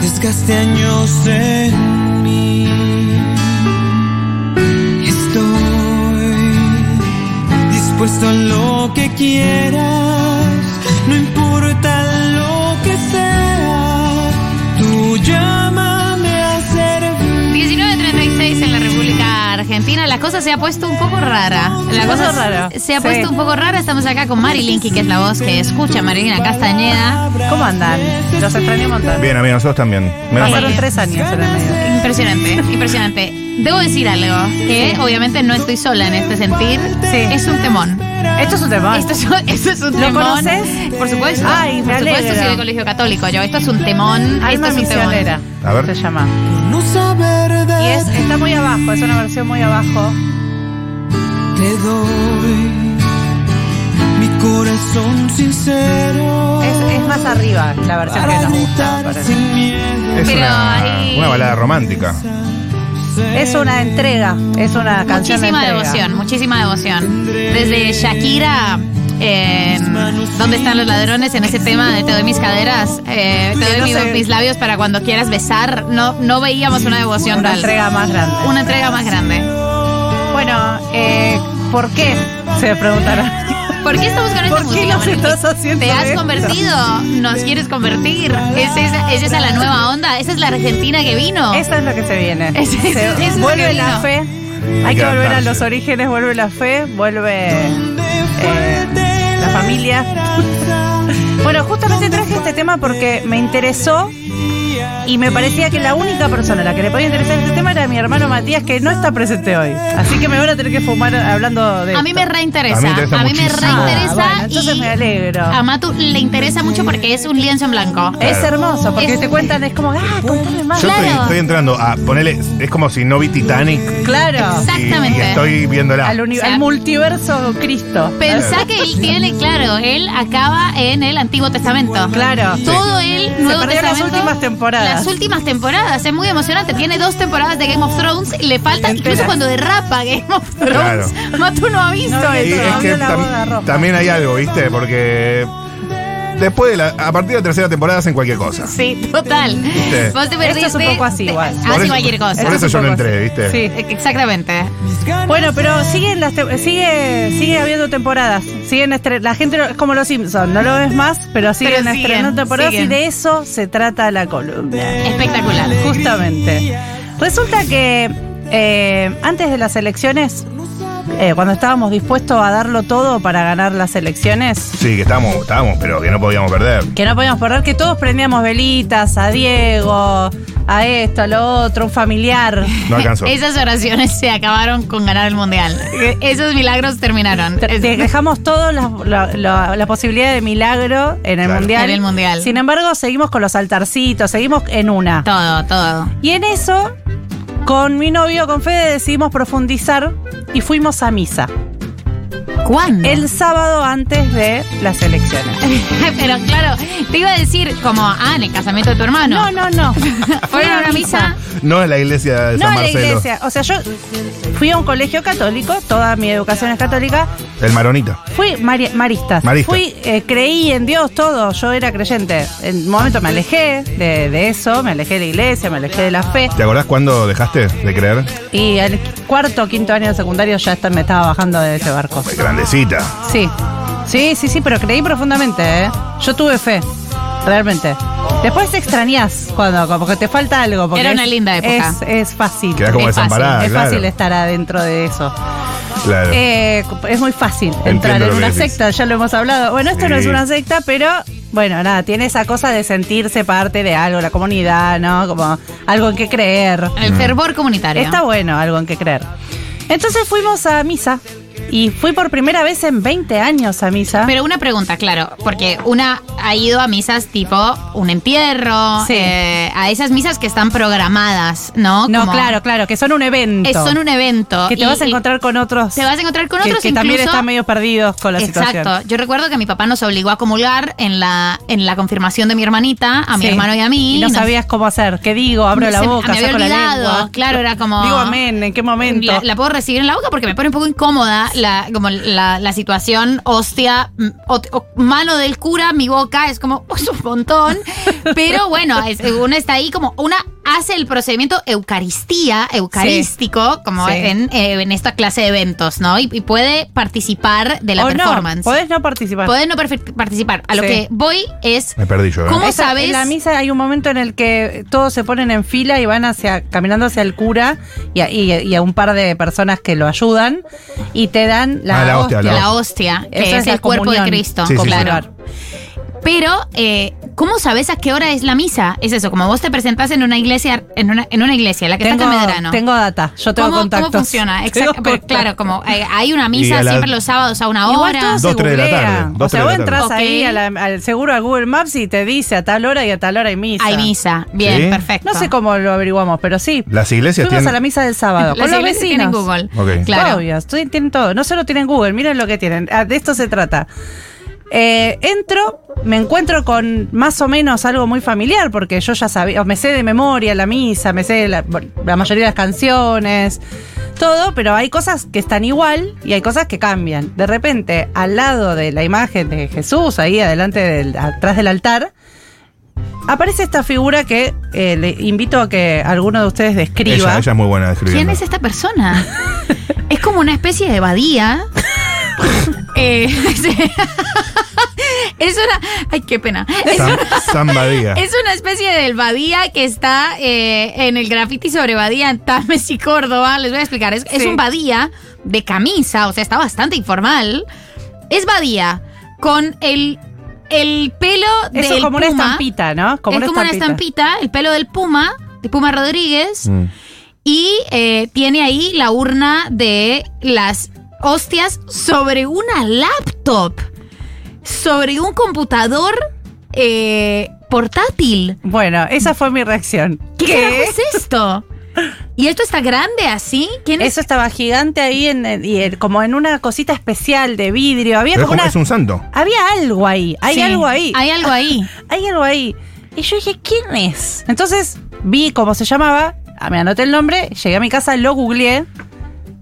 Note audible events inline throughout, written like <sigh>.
Desgaste años en mí. Estoy dispuesto a lo que quieras, no importa lo que sea. Tú llámame a servir. 19.36 en la República Argentina. La cosa se ha puesto un poco rara. La cosa rara. se ha Sí. puesto un poco rara. Estamos acá con Mari Linky, que es la voz que escucha Marilina Castañeda. ¿Cómo andan? Los extrañé un montón. Bien, amigos, nosotros también. Menos mal. Pasaron tres años en el medio. Impresionante, impresionante. Debo decir algo, que obviamente no estoy sola en este sentir. Sí. Es un temón. Esto es un tema. Esto es, un- esto es un ¿Lo temón. conoces? Por supuesto. Ay, me Por supuesto, alegro. soy de colegio católico yo. Esto es un temón. Alma esto es un temón. misionera. A ver. Se llama. Por no saber de Y es, está muy abajo, es una versión muy abajo. Te doy mi corazón sincero. Es, es más arriba la versión que para nos gusta. gritar parece. sin miedo. Es Pero una, ahí- una balada romántica. Es una entrega, es una canción de Muchísima entrega. devoción, muchísima devoción. Desde Shakira, eh, ¿dónde están los ladrones? En ese tema de te doy mis caderas, eh, te Que doy no mi- se- mis labios para cuando quieras besar. No, no veíamos una devoción Una tal. entrega más grande. Una entrega más grande. Bueno, eh, ¿por qué? Se preguntarán. ¿Por qué estamos con esta ¿Por qué música? nos Manuel? estás haciendo Te has esto? convertido, nos quieres convertir. ¿Es esa, es esa la nueva onda? ¿Esa es la Argentina que vino? Eso es lo que se <laughs> viene. Es- Ah. es- Se- es lo que vuelve vino. la fe. Hay que volver a los orígenes, vuelve la fe, vuelve eh, la familia. Bueno, justamente traje este tema porque me interesó y me parecía que la única persona a la que le podía interesar este tema era mi hermano Matías, que no está presente hoy. Así que me van a tener que fumar hablando de. A mí me esto. reinteresa. A mí me interesa A mí me muchísimo. reinteresa. Ah, bueno, entonces y me alegro. A Matu le interesa mucho porque es un lienzo en blanco. Es hermoso, porque Es- te cuentan, es como, ah, contame más. Yo estoy, Claro. estoy entrando a ponerle. Es como si no vi Titanic. Claro. y- Exactamente. Y, estoy viéndola. Al, uni- O sea, al multiverso Cristo. Pensá que él tiene, claro, él acaba en el Antiguo Testamento. Claro. Todo el Nuevo perdió las Testamento. últimas temporadas. Las últimas temporadas. Es muy emocionante. Tiene dos temporadas de Game of Thrones. y Le falta, incluso cuando derrapa Game of Thrones. <laughs> Matu no ha visto No, Y eso. es que Abrió la tam- boda roja. también hay algo, ¿viste? Porque. Después de la, a partir de la tercera temporada hacen cualquier cosa. Sí, total. Viste. Vos te Esto es un perdiste- poco así igual. te- Por Hace eso- cualquier cosa. Por eso yo no Supongo entré, ¿viste? Sí. Exactamente. Bueno, pero siguen las te- sigue sigue habiendo temporadas, siguen estre- la gente lo- es como los Simpsons, no lo ves más, pero siguen Pero siguen, estrenando temporadas siguen. y de eso se trata la columna. Espectacular. Justamente. Resulta que eh, antes de las elecciones, eh, cuando estábamos dispuestos a darlo todo para ganar las elecciones, Sí, que estábamos, estábamos, pero que no podíamos perder. que no podíamos perder, que todos prendíamos velitas a Diego, a esto, a lo otro, un familiar. No alcanzó. Esas oraciones se acabaron con ganar el <laughs> mundial. Esos milagros terminaron. Te- te dejamos todas las la, la- la posibilidad de milagro en el Claro. mundial. En el Mundial. Sin embargo, seguimos con los altarcitos, seguimos en una. Todo, todo. Y en eso, con mi novio, con Fede, decidimos profundizar y fuimos a misa. ¿Cuándo? El sábado antes de las elecciones. <laughs> Pero claro, te iba a decir como, ah, en el casamiento de tu hermano. No, no, no. <laughs> Fueron a una misa. No es la iglesia de No San a la Marcelo. iglesia. O sea, yo fui a un colegio católico, toda mi educación es católica. El maronita. Fui mari- maristas. Marista. Fui, eh, creí en Dios todo. Yo era creyente. En un momento me alejé de, de eso, me alejé de la iglesia, me alejé de la fe. ¿Te acordás cuándo dejaste de creer? Y el cuarto o quinto año de secundario ya está- me estaba bajando de ese barco. Grandecita. Sí. Sí, sí, sí, pero creí profundamente, ¿eh? Yo tuve fe, realmente. Después te extrañas cuando, como que te falta algo. Porque Era una es- linda época. Es, es fácil. Quedás como Es fácil, desamparada, es claro. fácil estar adentro de eso. Claro. Eh, es muy fácil entrar Entiendo lo en que una decís. secta, ya lo hemos hablado. Bueno, esto Sí. no es una secta, pero bueno, nada, tiene esa cosa de sentirse parte de algo, la comunidad, ¿no? Como algo en que creer. El fervor comunitario. Está bueno algo en que creer. Entonces fuimos a misa y fui por primera vez en 20 años a misa. Pero una pregunta, claro, porque una ha ido a misas tipo un entierro, Sí. eh, a esas misas que están programadas, ¿no? no, Como- claro, claro, que son un evento. eh, son un evento. que te y- vas a y encontrar con otros. Te vas a encontrar con que- otros que, también incluso- están medio perdidos con la situación. Exacto. Yo recuerdo que mi papá nos obligó a comulgar en la, en la confirmación de mi hermanita, a mi Sí. hermano y a mí. Y no Nos- sabías cómo hacer. ¿Qué digo? Abro la se- boca, me había saco la olvidado. lengua. Claro, era como- Digo amén, ¿en qué momento? La, la puedo recibir en la boca porque me pone un poco incómoda la, como la, la situación hostia, mm, o- o- mano del cura, mi boca, es como <laughs> es un montón. Pero bueno, es- uno está ahí como una hace el procedimiento eucaristía, eucarístico, como Sí. en, eh, en esta clase de eventos, ¿no? Y, y puede participar de la o Oh, no, performance. podés no participar. Podés no perfe- participar. A lo Sí. que voy es Me perdí yo. ¿eh? ¿Cómo? Esa- sabes? En la misa hay un momento en el que todos se ponen en fila y van hacia caminando hacia el cura y a, y a- y a un par de personas que lo ayudan y te dan la, Ah, la hostia, la, la hostia, que Esa es, la el cuerpo de comunión Cristo. Sí, sí, sí. claro. Claro. Pero, eh, ¿cómo sabes a qué hora es la misa? Es eso, como vos te presentás en una iglesia, en una, en una iglesia, la que Tengo, está en Medrano. tengo data, yo tengo ¿Cómo, contactos. ¿Cómo funciona? <laughs> Tengo Exacto, pero contactos. claro, como eh, hay una Y misa a la- siempre los sábados a una Igual hora. todo se Dos, tres de la googlea. tarde, O dos, sea, tres de vos la entras tarde. ahí Ok. a la- al seguro a Google Maps y te dice a tal hora y a tal hora hay misa. Hay misa. Bien, Sí. perfecto. No sé cómo lo averiguamos, pero sí. Las iglesias Fuimos tienen. a la misa del sábado Las con los iglesias vecinos. tienen Google. Ok. Claro. Obvio, estoy- tienen todo. No solo tienen Google, miren lo que tienen. Ah, De esto se trata. Eh, entro, me encuentro con más o menos algo muy familiar, porque yo ya sabía, o me sé de memoria la misa, me sé la, bueno, la mayoría de las canciones, todo, pero hay cosas que están igual y hay cosas que cambian. De repente, al lado de la imagen de Jesús, ahí adelante, del, atrás del altar, aparece esta figura que eh, le invito a que alguno de ustedes describa. Ella, ella es muy buena ¿Quién escribiendo. es esta persona? <laughs> es como una especie de badía. Eh, <laughs> es una. Ay, qué pena. Es Sam, Sam <laughs> Badía. Es una especie del Badía que está eh, en el graffiti sobre Badía en Tames y Córdoba. Les voy a explicar. Es, es Sí. un Badía de camisa, o sea, está bastante informal. Es Badía con el, el pelo Eso del es como una puma. estampita, ¿no? es como una estampita, el pelo del Puma, de Puma Rodríguez. Mm. Y eh, tiene ahí la urna de las hostias sobre una laptop, sobre un computador eh, portátil. Bueno, esa fue mi reacción. ¿Qué, carajo es esto? ¿Y esto está grande así? ¿Quién es? Eso estaba gigante ahí en, en- y en- como en una cosita especial de vidrio. Había Pero es como como- una- es un santo. había algo ahí. Hay Sí, algo ahí. Hay, Hay algo <laughs> ahí. algo ahí. Y yo dije, ¿quién es? Entonces vi cómo se llamaba, ah, me anoté el nombre, llegué a mi casa, lo googleé,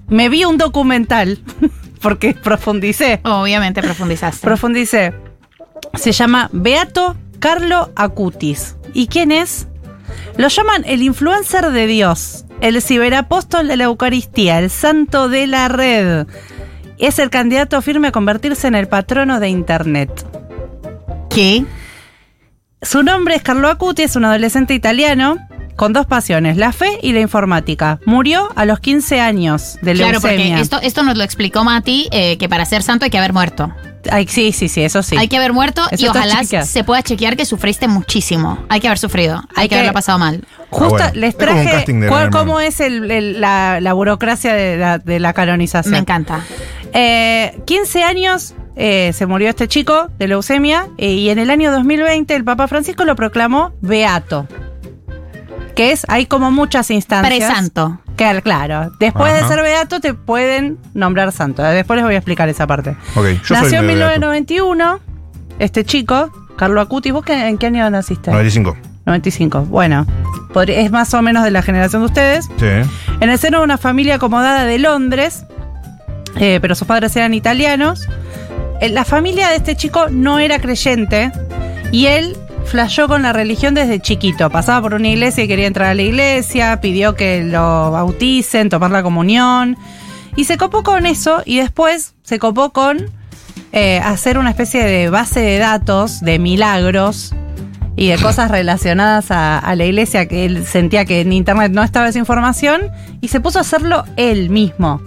me vi un documental, <laughs> porque profundicé. Obviamente profundizaste. Profundicé. Se llama Beato Carlo Acutis. ¿Y quién es? Lo llaman el influencer de Dios, el ciberapóstol de la Eucaristía, el santo de la red. Es el candidato firme a convertirse en el patrono de Internet. ¿Qué? Su nombre es Carlo Acuti, es un adolescente italiano con dos pasiones, la fe y la informática. Murió a los 15 años de Claro, leucemia. porque esto, esto nos lo explicó Mati, eh, que para ser santo hay que haber muerto. Ay, sí, sí, sí, eso sí. Hay que haber muerto Eso y está ojalá chica. se pueda chequear que sufriste muchísimo. Hay que haber sufrido. Hay, Hay que que- haberlo pasado mal. Justo Ah, bueno. les Es como un traje casting cuál- de Gran Hermano. cómo es el- el- la, la burocracia de la, de la canonización. Me encanta. Eh, 15 años eh, se murió este chico de leucemia eh, y en el año 2020 el Papa Francisco lo proclamó beato. Que es, hay como muchas instancias. Presanto. Que, claro, después Ajá. de ser beato te pueden nombrar santo. Eh, Después les voy a explicar esa parte. Ok, yo soy Nació en medio gato. 1991 este chico, Carlo Acutis. ¿Vos qué- en qué año naciste? 95. 95. Bueno, podri- es más o menos de la generación de ustedes. Sí. ¿eh? En el seno de una familia acomodada de Londres, eh, pero sus padres eran italianos. Eh, La familia de este chico no era creyente y él flashó con la religión desde chiquito. Pasaba por una iglesia y quería entrar a la iglesia, pidió que lo bauticen, tomar la comunión. Y se copó con eso y después se copó con eh, hacer una especie de base de datos de milagros y de cosas relacionadas a, a la iglesia que él sentía que en internet no estaba esa información y se puso a hacerlo él mismo.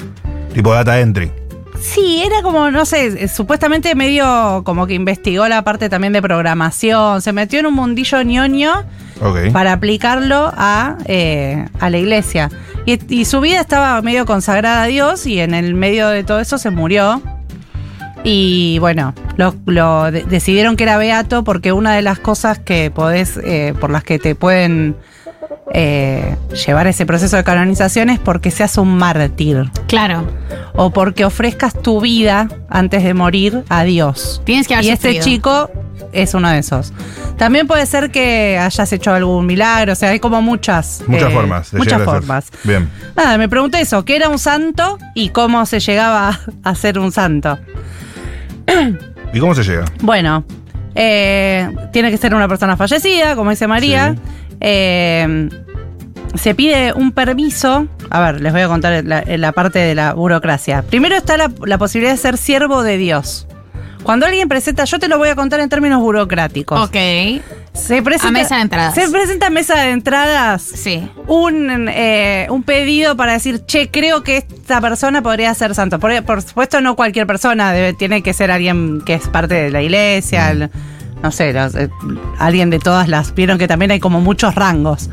Tipo data entry. Sí, era como, no sé, eh, supuestamente medio como que investigó la parte también de programación, se metió en un mundillo ñoño Ok. para aplicarlo a, eh, a la iglesia. Y, y su vida estaba medio consagrada a Dios y en el medio de todo eso se murió. Y bueno, lo, lo de- decidieron que era beato porque una de las cosas que podés, eh, por las que te pueden eh, llevar ese proceso de canonización es porque seas un mártir Claro. o porque ofrezcas tu vida antes de morir a Dios. Tienes que haber Y este sufrido. chico es uno de esos. También puede ser que hayas hecho algún milagro, o sea, hay como muchas. Muchas eh, formas. de Muchas llegar a ser- formas. Bien. Nada, me pregunté eso, ¿qué era un santo y cómo se llegaba <laughs> a ser un santo? ¿Y cómo se llega? Bueno, eh, tiene que ser una persona fallecida, como dice María. Eh, se pide un permiso. A ver, les voy a contar la, la parte de la burocracia. Primero está la, la posibilidad de ser siervo de Dios. Cuando alguien presenta, yo te lo voy a contar en términos burocráticos. Ok. Se presenta, A mesa de entradas. Se presenta a mesa de entradas Sí. un, eh, un pedido para decir, che, creo que esta persona podría ser santo. Por, por supuesto, no cualquier persona, debe- tiene que ser alguien que es parte de la iglesia, el- no sé, los, eh, alguien de todas las. Vieron que también hay como muchos rangos.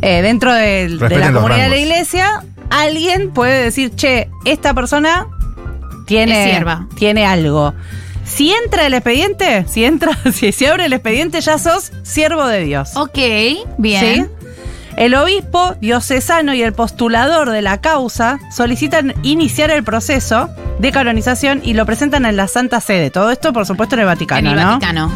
Eh, dentro del- de, Respeten la los comunidad de la rangos. iglesia, alguien puede decir, che, esta persona Es tiene, sierva. tiene algo. Si entra el expediente, si entra, <laughs> si se abre el expediente, ya sos siervo de Dios. Ok, bien. ¿Sí? El obispo, diocesano y el postulador de la causa solicitan iniciar el proceso de canonización y lo presentan en la Santa Sede. Todo esto, por supuesto, en el En Vaticano, el ¿no? Vaticano.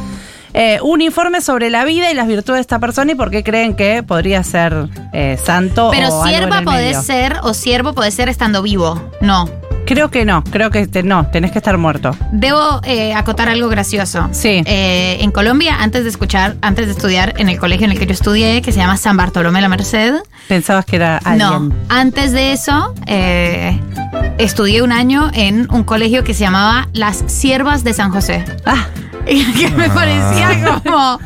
Eh, un informe sobre la vida y las virtudes de esta persona y por qué creen que podría ser eh, santo Pero o algo en sierva el medio. podés ser o siervo podés ser estando vivo. No. Creo que no, creo que te- no, tenés que estar muerto. Debo eh, acotar algo gracioso. Sí. Eh, en Colombia, antes de escuchar, antes de estudiar en el colegio en el que yo estudié, que se llama San Bartolomé de la Merced, Pensabas que era alguien. No, antes de eso eh, estudié un año en un colegio que se llamaba Las Siervas de San José. <laughs> Ah, Y que me parecía como...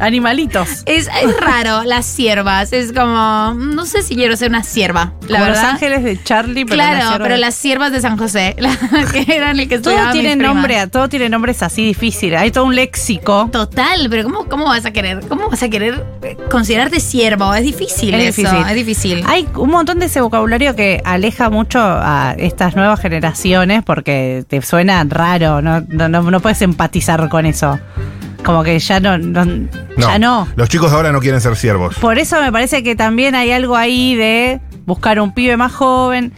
animalitos. Es, es raro, las siervas. Es como... No sé si quiero ser una sierva, la Como verdad. Los ángeles de Charlie, pero claro, nacieron- pero las siervas de San José, <laughs> las que eran el que Todo estudiaba tiene mis primas. nombre, todo tiene nombres así difíciles. Hay todo un léxico. Total, pero ¿cómo, ¿cómo vas a querer? ¿Cómo vas a querer eh, considerarte siervo? Es difícil Es eso, difícil. es difícil. Hay un montón de ese vocabulario que aleja mucho a estas nuevas generaciones porque te suena raro, no, no, no- no puedes empatizar con eso. Como que ya no, no- ya no. Los chicos ahora no quieren ser siervos. Por eso me parece que también hay algo ahí de buscar un pibe más joven.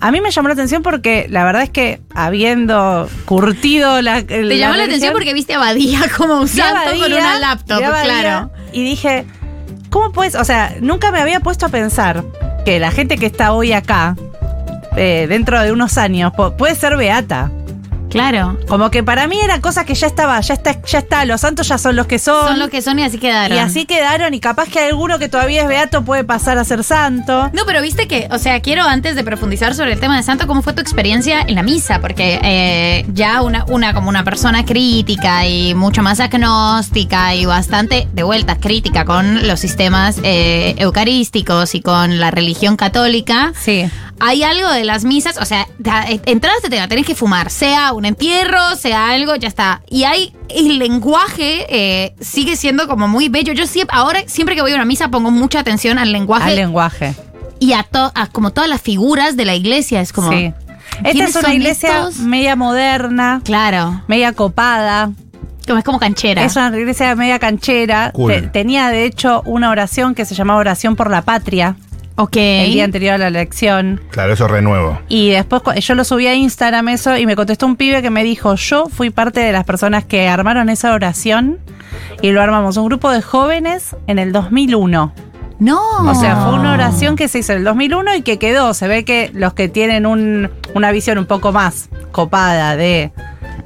A mí me llamó la atención porque la verdad es que habiendo curtido la... Te llamó la atención porque viste a Badía <laughs> como un santo con una laptop, claro. Y dije, ¿cómo puedes? O sea, nunca me había puesto a pensar que la gente que está hoy acá, eh, dentro de unos años, po- puede ser beata. Claro. Como que para mí era cosa que ya estaba, ya está, ya está, los santos ya son los que son. Son lo que son y así quedaron. y así quedaron, y capaz que alguno que todavía es beato puede pasar a ser santo. No, pero viste que, o sea, quiero antes de profundizar sobre el tema de Santo, ¿cómo fue tu experiencia en la misa? Porque eh, ya una, una como una persona crítica y mucho más agnóstica y bastante de vuelta crítica con los sistemas eh, eucarísticos y con la religión católica. Sí. Hay algo de las misas, o sea, da- eh, entraste, te la tenés que fumar, sea un entierro, sea algo, ya está. Y hay, el lenguaje eh, sigue siendo como muy bello. Yo siempre, ahora, siempre que voy a una misa, pongo mucha atención al lenguaje Al lenguaje. y a, to- a como todas las figuras de la iglesia. Es como, sí. Esta ¿quiénes es una son iglesia estos? media moderna, claro, media copada. como es como canchera. Es una iglesia media canchera. Cool. Te- tenía de hecho una oración que se llamaba Oración por la Patria ok. el día anterior a la elección. Claro, eso es renuevo. Y después cu- yo lo subí a Instagram eso y me contestó un pibe que me dijo, yo fui parte de las personas que armaron esa oración y lo armamos un grupo de jóvenes en el 2001. No. O sea, fue Ah. una oración que se hizo en el 2001 y que quedó. Se ve que los que tienen un- una visión un poco más copada de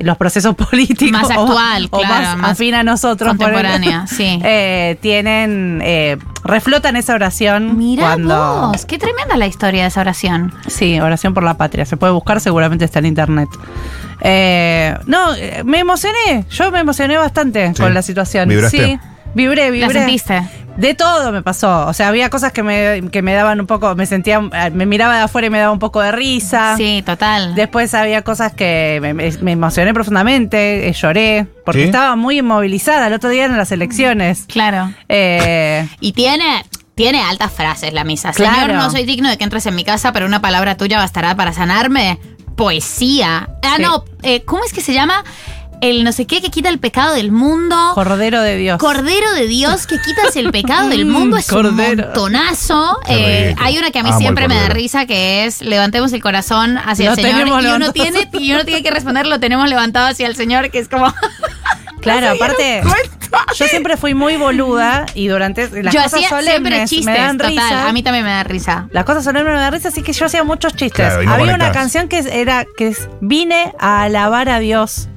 los procesos <laughs> políticos Más o- actual, o, claro, más, más afín a nosotros ponele, contemporánea, sí. <laughs> eh, tienen eh, reflotan esa oración Mirá cuando vos, qué tremenda la historia de esa oración. sí oración por la patria se puede buscar seguramente está en internet Eh, no eh, me emocioné yo me emocioné bastante Sí. con la situación ¿Vibraste? sí vibré ¿La vibré sentiste? de todo me pasó. O sea, había cosas que me, que me daban un poco, me sentía, eh, me miraba de afuera y me daba un poco de risa. Sí, total. Después había cosas que me, me- me emocioné profundamente, eh, lloré, porque ¿Sí? estaba muy inmovilizada el otro día en las elecciones. claro. Eh, Y tiene, tiene altas frases la misa. Señor, Claro. no soy digno de que entres en mi casa, pero una palabra tuya bastará para sanarme. Poesía. Ah, Sí. no. eh, ¿Cómo es que se llama? el no sé qué que quita el pecado del mundo. Cordero de Dios. Cordero de Dios que quitas el pecado <laughs> del mundo es Cordero. un montonazo. Qué Eh, rico. hay una que a mí Amo el siempre me da cordero. risa que es levantemos el corazón hacia Lo el Señor. tenemos Y uno, levantado. tiene, y uno tiene que responder, lo tenemos levantado hacia el Señor, que es como. Claro, aparte. Yo siempre fui muy boluda y durante <laughs> las yo cosas hacía siempre solemnes chistes. me dan total, risa. a mí también me da risa. Las cosas solemnes me dan risa, así que yo hacía muchos chistes. Claro, y no Había una conectás. canción que era que es Vine a alabar a Dios.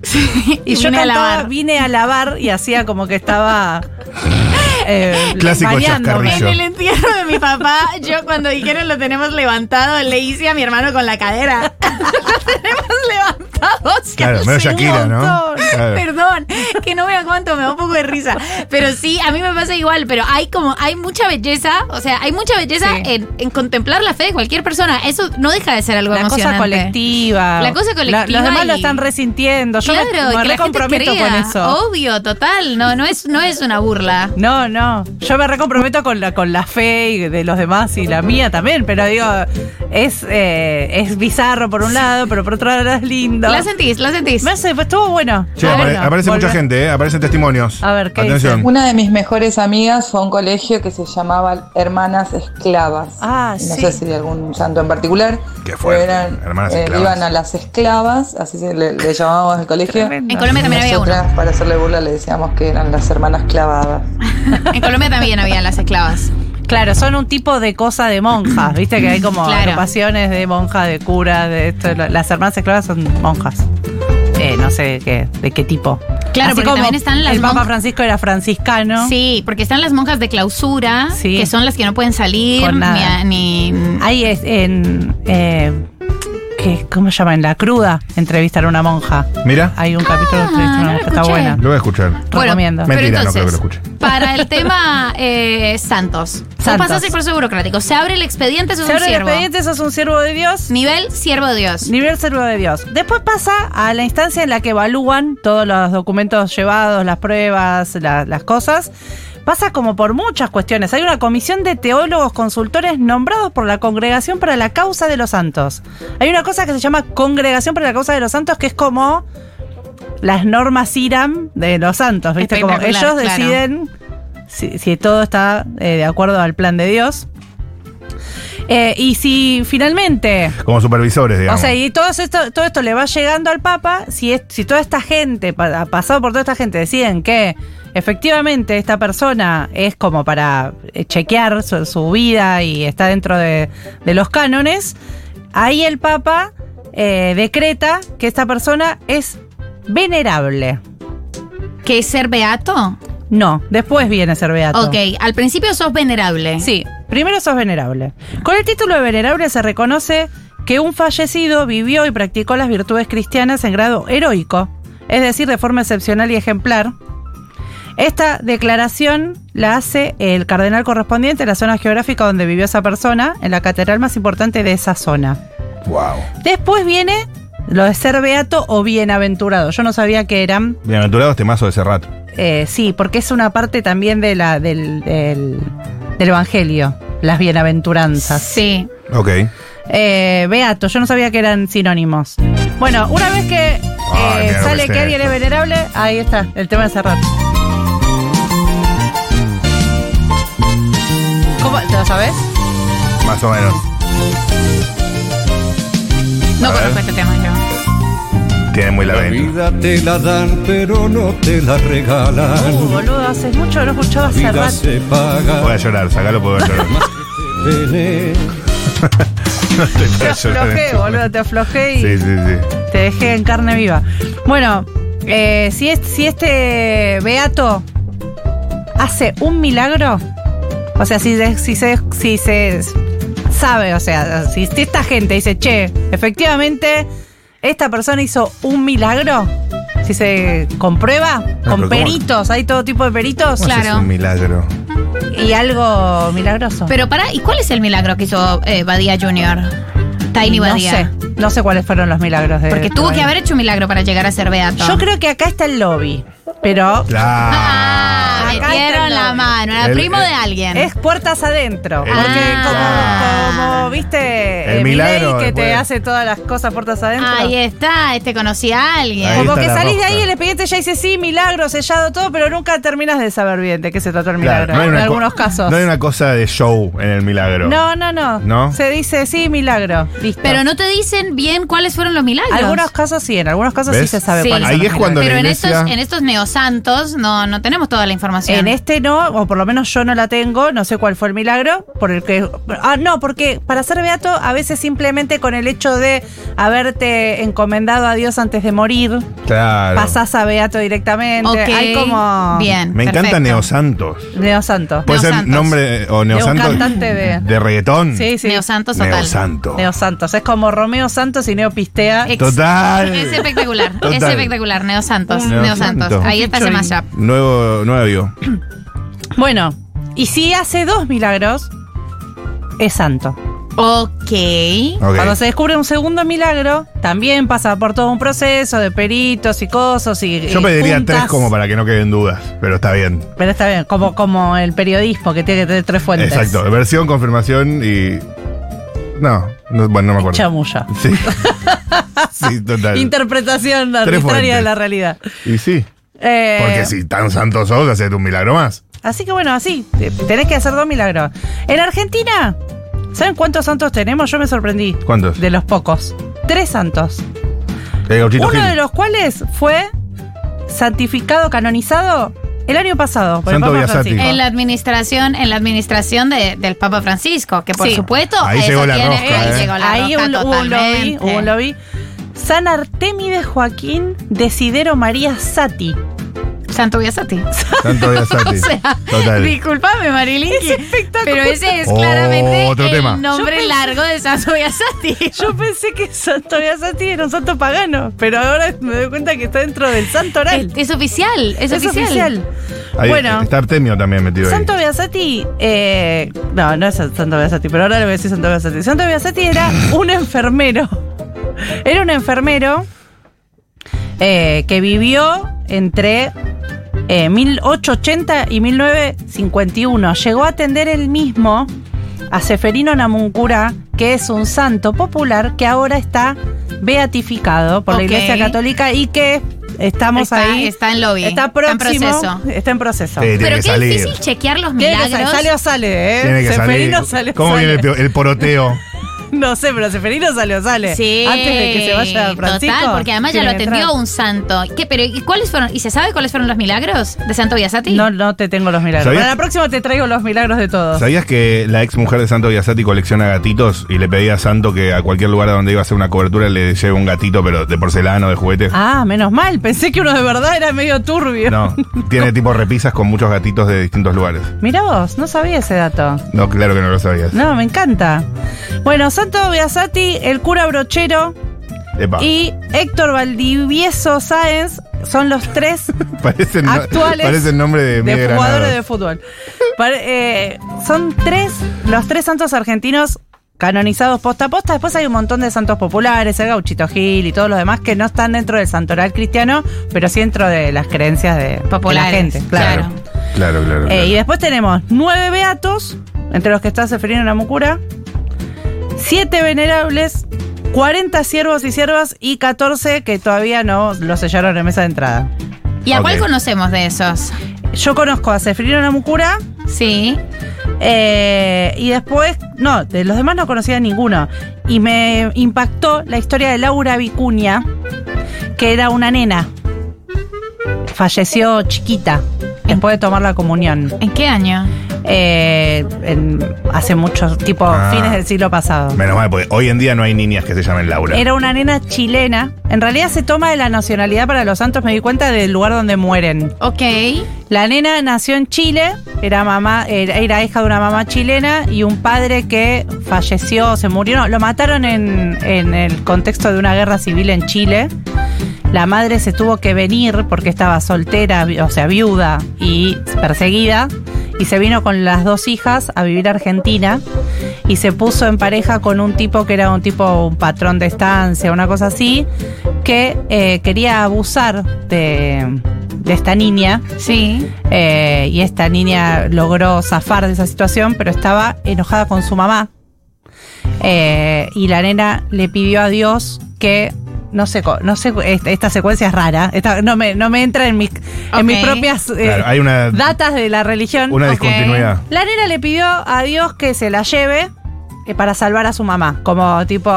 Y yo Vine a cantaba alabar. Vine a alabar y hacía como que estaba <laughs> eh, Clásico mareándome. chascarrillo. En el entierro de mi papá, yo cuando dijeron lo tenemos levantado, le hice a mi hermano con la cadera. <laughs> lo tenemos levantado. hacia Claro, el menos Señor. Shakira, ¿no? montón. Claro. oh, Perdón, que no me aguanto, me da un poco de risa. Pero sí, a mí me pasa igual, pero hay como, hay mucha belleza, o sea, hay mucha belleza Sí. en, en contemplar la fe de cualquier persona. Eso no deja de ser algo La emocionante. cosa colectiva. La cosa colectiva los demás lo y- están resintiendo. Yo Claro, me, me que la gente recomprometo crea. con eso. Obvio, total, no, no es, no es una burla. No, no. Yo me recomprometo con la, con la fe y de los demás y la mía también, pero digo, es, eh, es bizarro por un lado, pero por otro lado es lindo. La sentís, la sentís. Me hace, pues estuvo bueno. Che, Estuvo apare- bueno. aparece mucha Volver- gente, ¿eh? Aparecen testimonios. A ver, ¿qué Atención. dicen? Una de mis mejores amigas fue a un colegio que se llamaba Hermanas Esclavas. Ah, no sí. sé si de algún santo en particular. Qué fuerte, Pero eran, Hermanas eh, Esclavas. Iban a las esclavas, así se le, le llamábamos el colegio. Tremendo. En Colombia también había uno. Nosotras, para hacerle burla, le decíamos que eran las hermanas clavadas. En Colombia también había las esclavas. Claro, son un tipo de cosa de monjas, viste que hay como Claro. agrupaciones de monjas, de curas, de esto. lo- Las hermanas esclavas son monjas. Eh, no sé de qué, de qué tipo. Claro, porque también están las El Papa monjas- Francisco era franciscano. Sí, porque están las monjas de clausura, Sí. que son las que no pueden salir, Con ni, nada. a- ni- Ahí es en. eh, ¿qué- ¿Cómo se llama? En La Cruda, entrevistar a una monja. Mira, Hay un capítulo de entrevistar a no una lo monja, está escuché. buena. lo voy a escuchar. Recomiendo. Mentira, no creo que lo escuche. Para <laughs> el tema eh, Santos. No Santos. pasas el proceso burocrático. Se abre el expediente, sos Se un abre el siervo. expediente, sos un siervo de Dios. Nivel siervo de Dios. Nivel siervo de Dios. Después pasa a la instancia en la que evalúan todos los documentos llevados, las pruebas, la- las cosas. Pasa como por muchas cuestiones. Hay una comisión de teólogos consultores nombrados por la Congregación para la Causa de los Santos. Hay una cosa que se llama Congregación para la Causa de los Santos, que es como las normas IRAM de los santos, ¿viste? Como ellos Espectacular, claro. deciden si, si todo está eh, de acuerdo al plan de Dios. Eh, y si finalmente Como supervisores, digamos. o sea, y todo esto, todo esto le va llegando al Papa, si, es, si toda esta gente, pa- ha pasado por toda esta gente, deciden que efectivamente esta persona es como para eh, chequear su, su vida y está dentro de, de los cánones, ahí el Papa eh, decreta que esta persona es venerable. ¿Qué es ser beato? No, después viene ser beato. Ok, al principio sos venerable. Sí, primero sos venerable. Con el título de venerable se reconoce que un fallecido vivió y practicó las virtudes cristianas en grado heroico, es decir, de forma excepcional y ejemplar. Esta declaración la hace el cardenal correspondiente a la zona geográfica donde vivió esa persona, en la catedral más importante de esa zona. wow. Después viene lo de ser beato o bienaventurado. Yo no sabía que eran Bienaventurados este mazo de ese rato. eh, sí, porque es una parte también de la, del, del- del Evangelio, las bienaventuranzas. Sí. Ok. Eh, Beato, yo no sabía que eran sinónimos. Bueno, una vez que eh, Ay, mira lo que sale es que alguien es esto. venerable, ahí está, el tema de cerrar. ¿Cómo? ¿Te lo sabes? Más o menos. No A ver. conozco este tema yo. Tiene muy la La venta. vida te la dan, pero no te la regalan. Uh, boludo, hace mucho que no escuchaba La vida cerrar. se paga. Voy a llorar, sacalo porque voy <laughs> a llorar. Vene. No estoy Te para llorar en aflojé, este boludo, momento. te aflojé y Sí, sí, sí. te dejé en carne viva. Bueno, eh, si, es- si este Beato hace un milagro, o sea, si, de- si, se, si se sabe, o sea, si esta gente dice, che, efectivamente, esta persona hizo un milagro, si se comprueba, pero con ¿cómo? peritos, hay todo tipo de peritos, ¿Cómo Claro. haces un milagro. y algo milagroso. Pero para, ¿y cuál es el milagro que hizo eh, Badía Junior? Tiny no Badía. sé, Eh, no sé cuáles fueron los milagros de Porque tuvo que haber hecho un milagro para llegar a ser beato. Yo creo que acá está el lobby, pero... Claro. Ah, Acá está metieron el la una mano, era El- primo el- de alguien. Es puertas adentro. El- porque Ah. como, como, viste, El eh, Milei milagro que te después. hace todas las cosas puertas adentro. Ahí está, este conocí a alguien. Ahí Como está que la salís de rosca. ahí, el expediente ya dice sí, milagro, sellado todo, pero nunca terminas de saber bien de qué se trató el milagro. Claro, no hay en una co- algunos casos. No hay una cosa de show en el milagro. no, no, no, ¿No? Se dice sí, milagro. Listo. Pero no te dicen bien cuáles fueron los milagros. Algunos casos sí, en algunos casos sí ¿Ves? se sabe Sí. cuál Ahí es cuando Pero la en iglesia. estos, en estos neosantos no, no tenemos toda la información. En este no, o por lo menos yo no la tengo, no sé cuál fue el milagro, por el que... Ah, no, porque para ser beato a veces simplemente con el hecho de haberte encomendado a Dios antes de morir, Claro. pasás a beato directamente. Ok, Hay como... Bien. Me perfecto. encanta Neosantos. Neosanto. Puede ser Neosantos. nombre o Neosantos. cantante de- reggaetón. Sí, sí. Neosantos total. Neosanto. Neosantos. Es como Romeo Santos y Neo Pistea. Ex- Total. Es espectacular, es Total. espectacular. Neosantos, Neo Neosantos. Santo. Ahí está ese Featuring. mashup. Nuevo, nuevo avión. Bueno, y si hace dos milagros, es santo. Ok. Ok. Cuando se descubre un segundo milagro, también pasa por todo un proceso de peritos y cosas y. Yo y pediría juntas. tres como para que no queden dudas, pero está bien. Pero está bien, como, como el periodismo que tiene que tener tres fuentes. Exacto. Versión, confirmación y. No, no- bueno, no me acuerdo. Chamulla. Sí. <laughs> sí, total. Interpretación arbitraria fuentes. de la realidad. y sí. Eh, Porque si tan santos sos, hacete un milagro más. Así que bueno, así. te- Tenés que hacer dos milagros. En Argentina, ¿saben cuántos santos tenemos? Yo me sorprendí. ¿Cuántos? De los pocos. Tres santos. El gauchito Uno Gil. de los cuales fue santificado, canonizado el año pasado. Por Santo el Papa Biasati. Francisco. En la administración, en la administración de- del Papa Francisco, que por Sí. supuesto. Ahí eso llegó la tiene- rosca, Ahí ¿eh? llegó la rosca Ahí hubo un, hubo un lobby, totalmente. hubo un lobby. San Artemide Joaquín Desidero María Sati. Santo <laughs> Biasati. Santo Biasati. O sea, total. Disculpame, Marilyn. que- Pero ese es Oh, claramente otro el tema. nombre Yo pensé- largo de Santo Biasati. Yo pensé que Santo Biasati era un santo pagano, pero ahora me doy cuenta que está dentro del santo Es, oral. es oficial, es, oficial. Ahí bueno. Está Artemio también metido Santo ahí. Biasati, eh, no, no es Santo Biasati, pero ahora le voy a decir Santo Biasati. Santo Biasati era un enfermero. Era un enfermero eh, que vivió entre eh, 1880 y 1951. Llegó a atender él mismo a Seferino Namuncura, que es un santo popular que ahora está beatificado por Ok. la Iglesia Católica y que estamos Está, ahí. está en lobby. Está próximo. en proceso. Está en proceso. Sí, tiene Pero que qué salir. difícil chequear los Tiene que milagros. salir, sale o sale, ¿eh? Tiene que Seferino salir. sale o ¿Cómo sale. viene el, pio- el <laughs> poroteo? No sé, pero Seferino sale o sale. Sí, Antes de que se vaya Francisco. Total, porque además ya tiene lo que atendió entrar. un santo. ¿Qué, pero, ¿y cuáles fueron? ¿Y se sabe cuáles fueron los milagros de Santo Biasati? No, no te tengo los milagros. ¿Sabías? Para la próxima te traigo los milagros de todos. ¿Sabías que la ex mujer de Santo Biasati colecciona gatitos y le pedía a Santo que a cualquier lugar a donde iba a hacer una cobertura le lleve un gatito, pero de porcelana o de juguete? Ah, menos mal. Pensé que uno de verdad era medio turbio. <laughs> No, tiene tipo repisas con muchos gatitos de distintos lugares. Mirá vos, no sabía ese dato. No, claro que no lo sabías. No, me encanta. Bueno, Santo Biasati, el cura brochero Epa, y Héctor Valdivieso Sáenz son los tres <laughs> parece, el no- actuales parece el nombre de, Miguel de Granados. jugadores de fútbol. Pare- eh, son tres, los tres santos argentinos canonizados posta a posta. Después hay un montón de santos populares, el Gauchito Gil y todos los demás que no están dentro del santoral cristiano, pero sí dentro de las creencias de, de la Populares, gente. Claro. claro. Claro, claro. Eh, claro. y después tenemos nueve beatos, entre los que está Seferino Namucura, siete venerables, 40 siervos y siervas y 14 que todavía no los sellaron en mesa de entrada. ¿Y a cuál Ok. conocemos de esos? Yo conozco a Seferino Namucura, Sí. Eh, y después, no, de los demás no conocía ninguno. Y me impactó la historia de Laura Vicuña, que era una nena. Falleció chiquita después de tomar la comunión. ¿En qué año? Eh, en- hace muchos, tipo Ah. fines del siglo pasado. Menos mal, porque hoy en día no hay niñas que se llamen Laura. Era una nena chilena. En realidad se toma de la nacionalidad para los santos, me di cuenta, del lugar donde mueren. Ok. La nena nació en Chile, era mamá, era, era hija de una mamá chilena y un padre que falleció, se murió, no, lo mataron en, en el contexto de una guerra civil en Chile. La madre se tuvo que venir porque estaba soltera, vi- o sea, viuda y perseguida, y se vino con las dos hijas a vivir a Argentina y se puso en pareja con un tipo que era un tipo, un patrón de estancia, una cosa así, que eh, quería abusar de, de esta niña. Sí. eh, y esta niña logró zafar de esa situación, pero estaba enojada con su mamá. Eh, y la nena le pidió a Dios que. No sé, co- no sé, esta, esta secuencia es rara. Esta- no, me, no me entra en, mis en mis Ok. propias eh, Claro, hay una, datas de la religión. una ok. discontinuidad. La nena le pidió a Dios que se la lleve eh, para salvar a su mamá, como tipo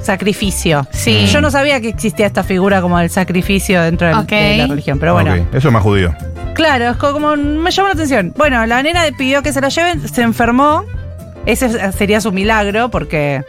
sacrificio. Sí. Mm. Yo no sabía que existía esta figura como el sacrificio dentro del- Ok. de la religión, pero bueno. Ok, Eso es más judío. Claro, es co- como me llamó la atención. Bueno, la nena pidió que se la lleven, se enfermó. Ese sería su milagro porque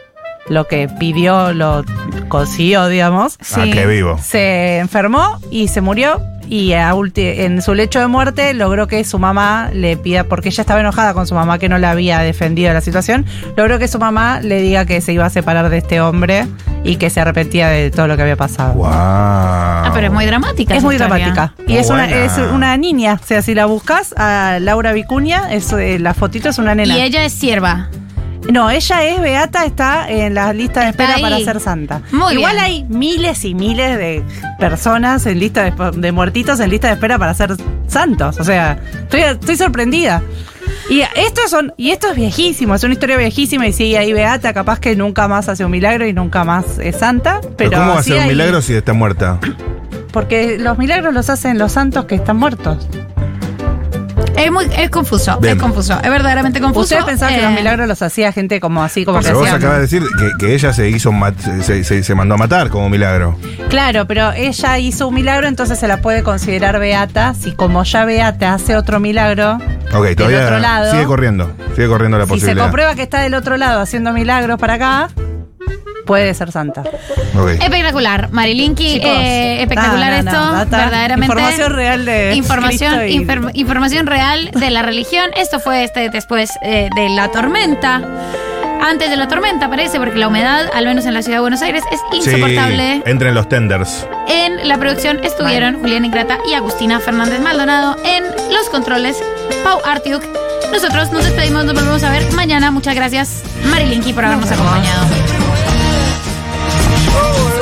lo que pidió lo consiguió, digamos. Sí. Ah, qué vivo. Se enfermó y se murió. Y a ulti- en su lecho de muerte logró que su mamá le pida, porque ella estaba enojada con su mamá que no la había defendido de la situación, logró que su mamá le diga que se iba a separar de este hombre y que se arrepentía de todo lo que había pasado. Wow. Ah, pero es muy dramática. Es esa muy historia. dramática. Y Muy es una, buena. es una niña. O sea, si la buscas a Laura Vicuña, es, eh, la fotito es una nena. Y ella es sierva. no, ella es Beata, está en la lista de Está espera para ahí. ser santa. Muy Igual bien. hay miles y miles de personas en lista de, de muertitos en lista de espera para ser santos. O sea, estoy, estoy sorprendida. Y esto, son, y esto es viejísimo, es una historia viejísima y sigue ahí Beata, capaz que nunca más hace un milagro y nunca más es santa. Pero, ¿Pero ¿Cómo va a sí ser un hay- milagro si está muerta? Porque los milagros los hacen los santos que están muertos. Es muy, es confuso, Bien. es confuso, es verdaderamente confuso. Ustedes pensaban que los Eh, milagros los hacía gente como así, como que Pero vos hacían- acabas de decir que, que ella se hizo mat- se, se- se mandó a matar como milagro. Claro, pero ella hizo un milagro, entonces se la puede considerar beata. Si como ya beata hace otro milagro, Ok, todavía otro lado- sigue corriendo. Sigue corriendo la si se posibilidad. comprueba que está del otro lado haciendo milagros para acá, puede ser santa. Ok. Espectacular, Marilinki, Chicos, eh, espectacular no, no, esto, no, data, verdaderamente. Información real de Información, Cristo y- infer- información real de la religión. Esto fue este después eh, de la tormenta. Antes de la tormenta, parece, porque la humedad, al menos en la ciudad de Buenos Aires, es insoportable. entren los tenders. En la producción estuvieron Julián Ingrata y Agustina Fernández Maldonado. En los controles, Pau Artiuk. Nosotros nos despedimos, nos volvemos a ver mañana. Muchas gracias, Marilinki, por habernos acompañado. Por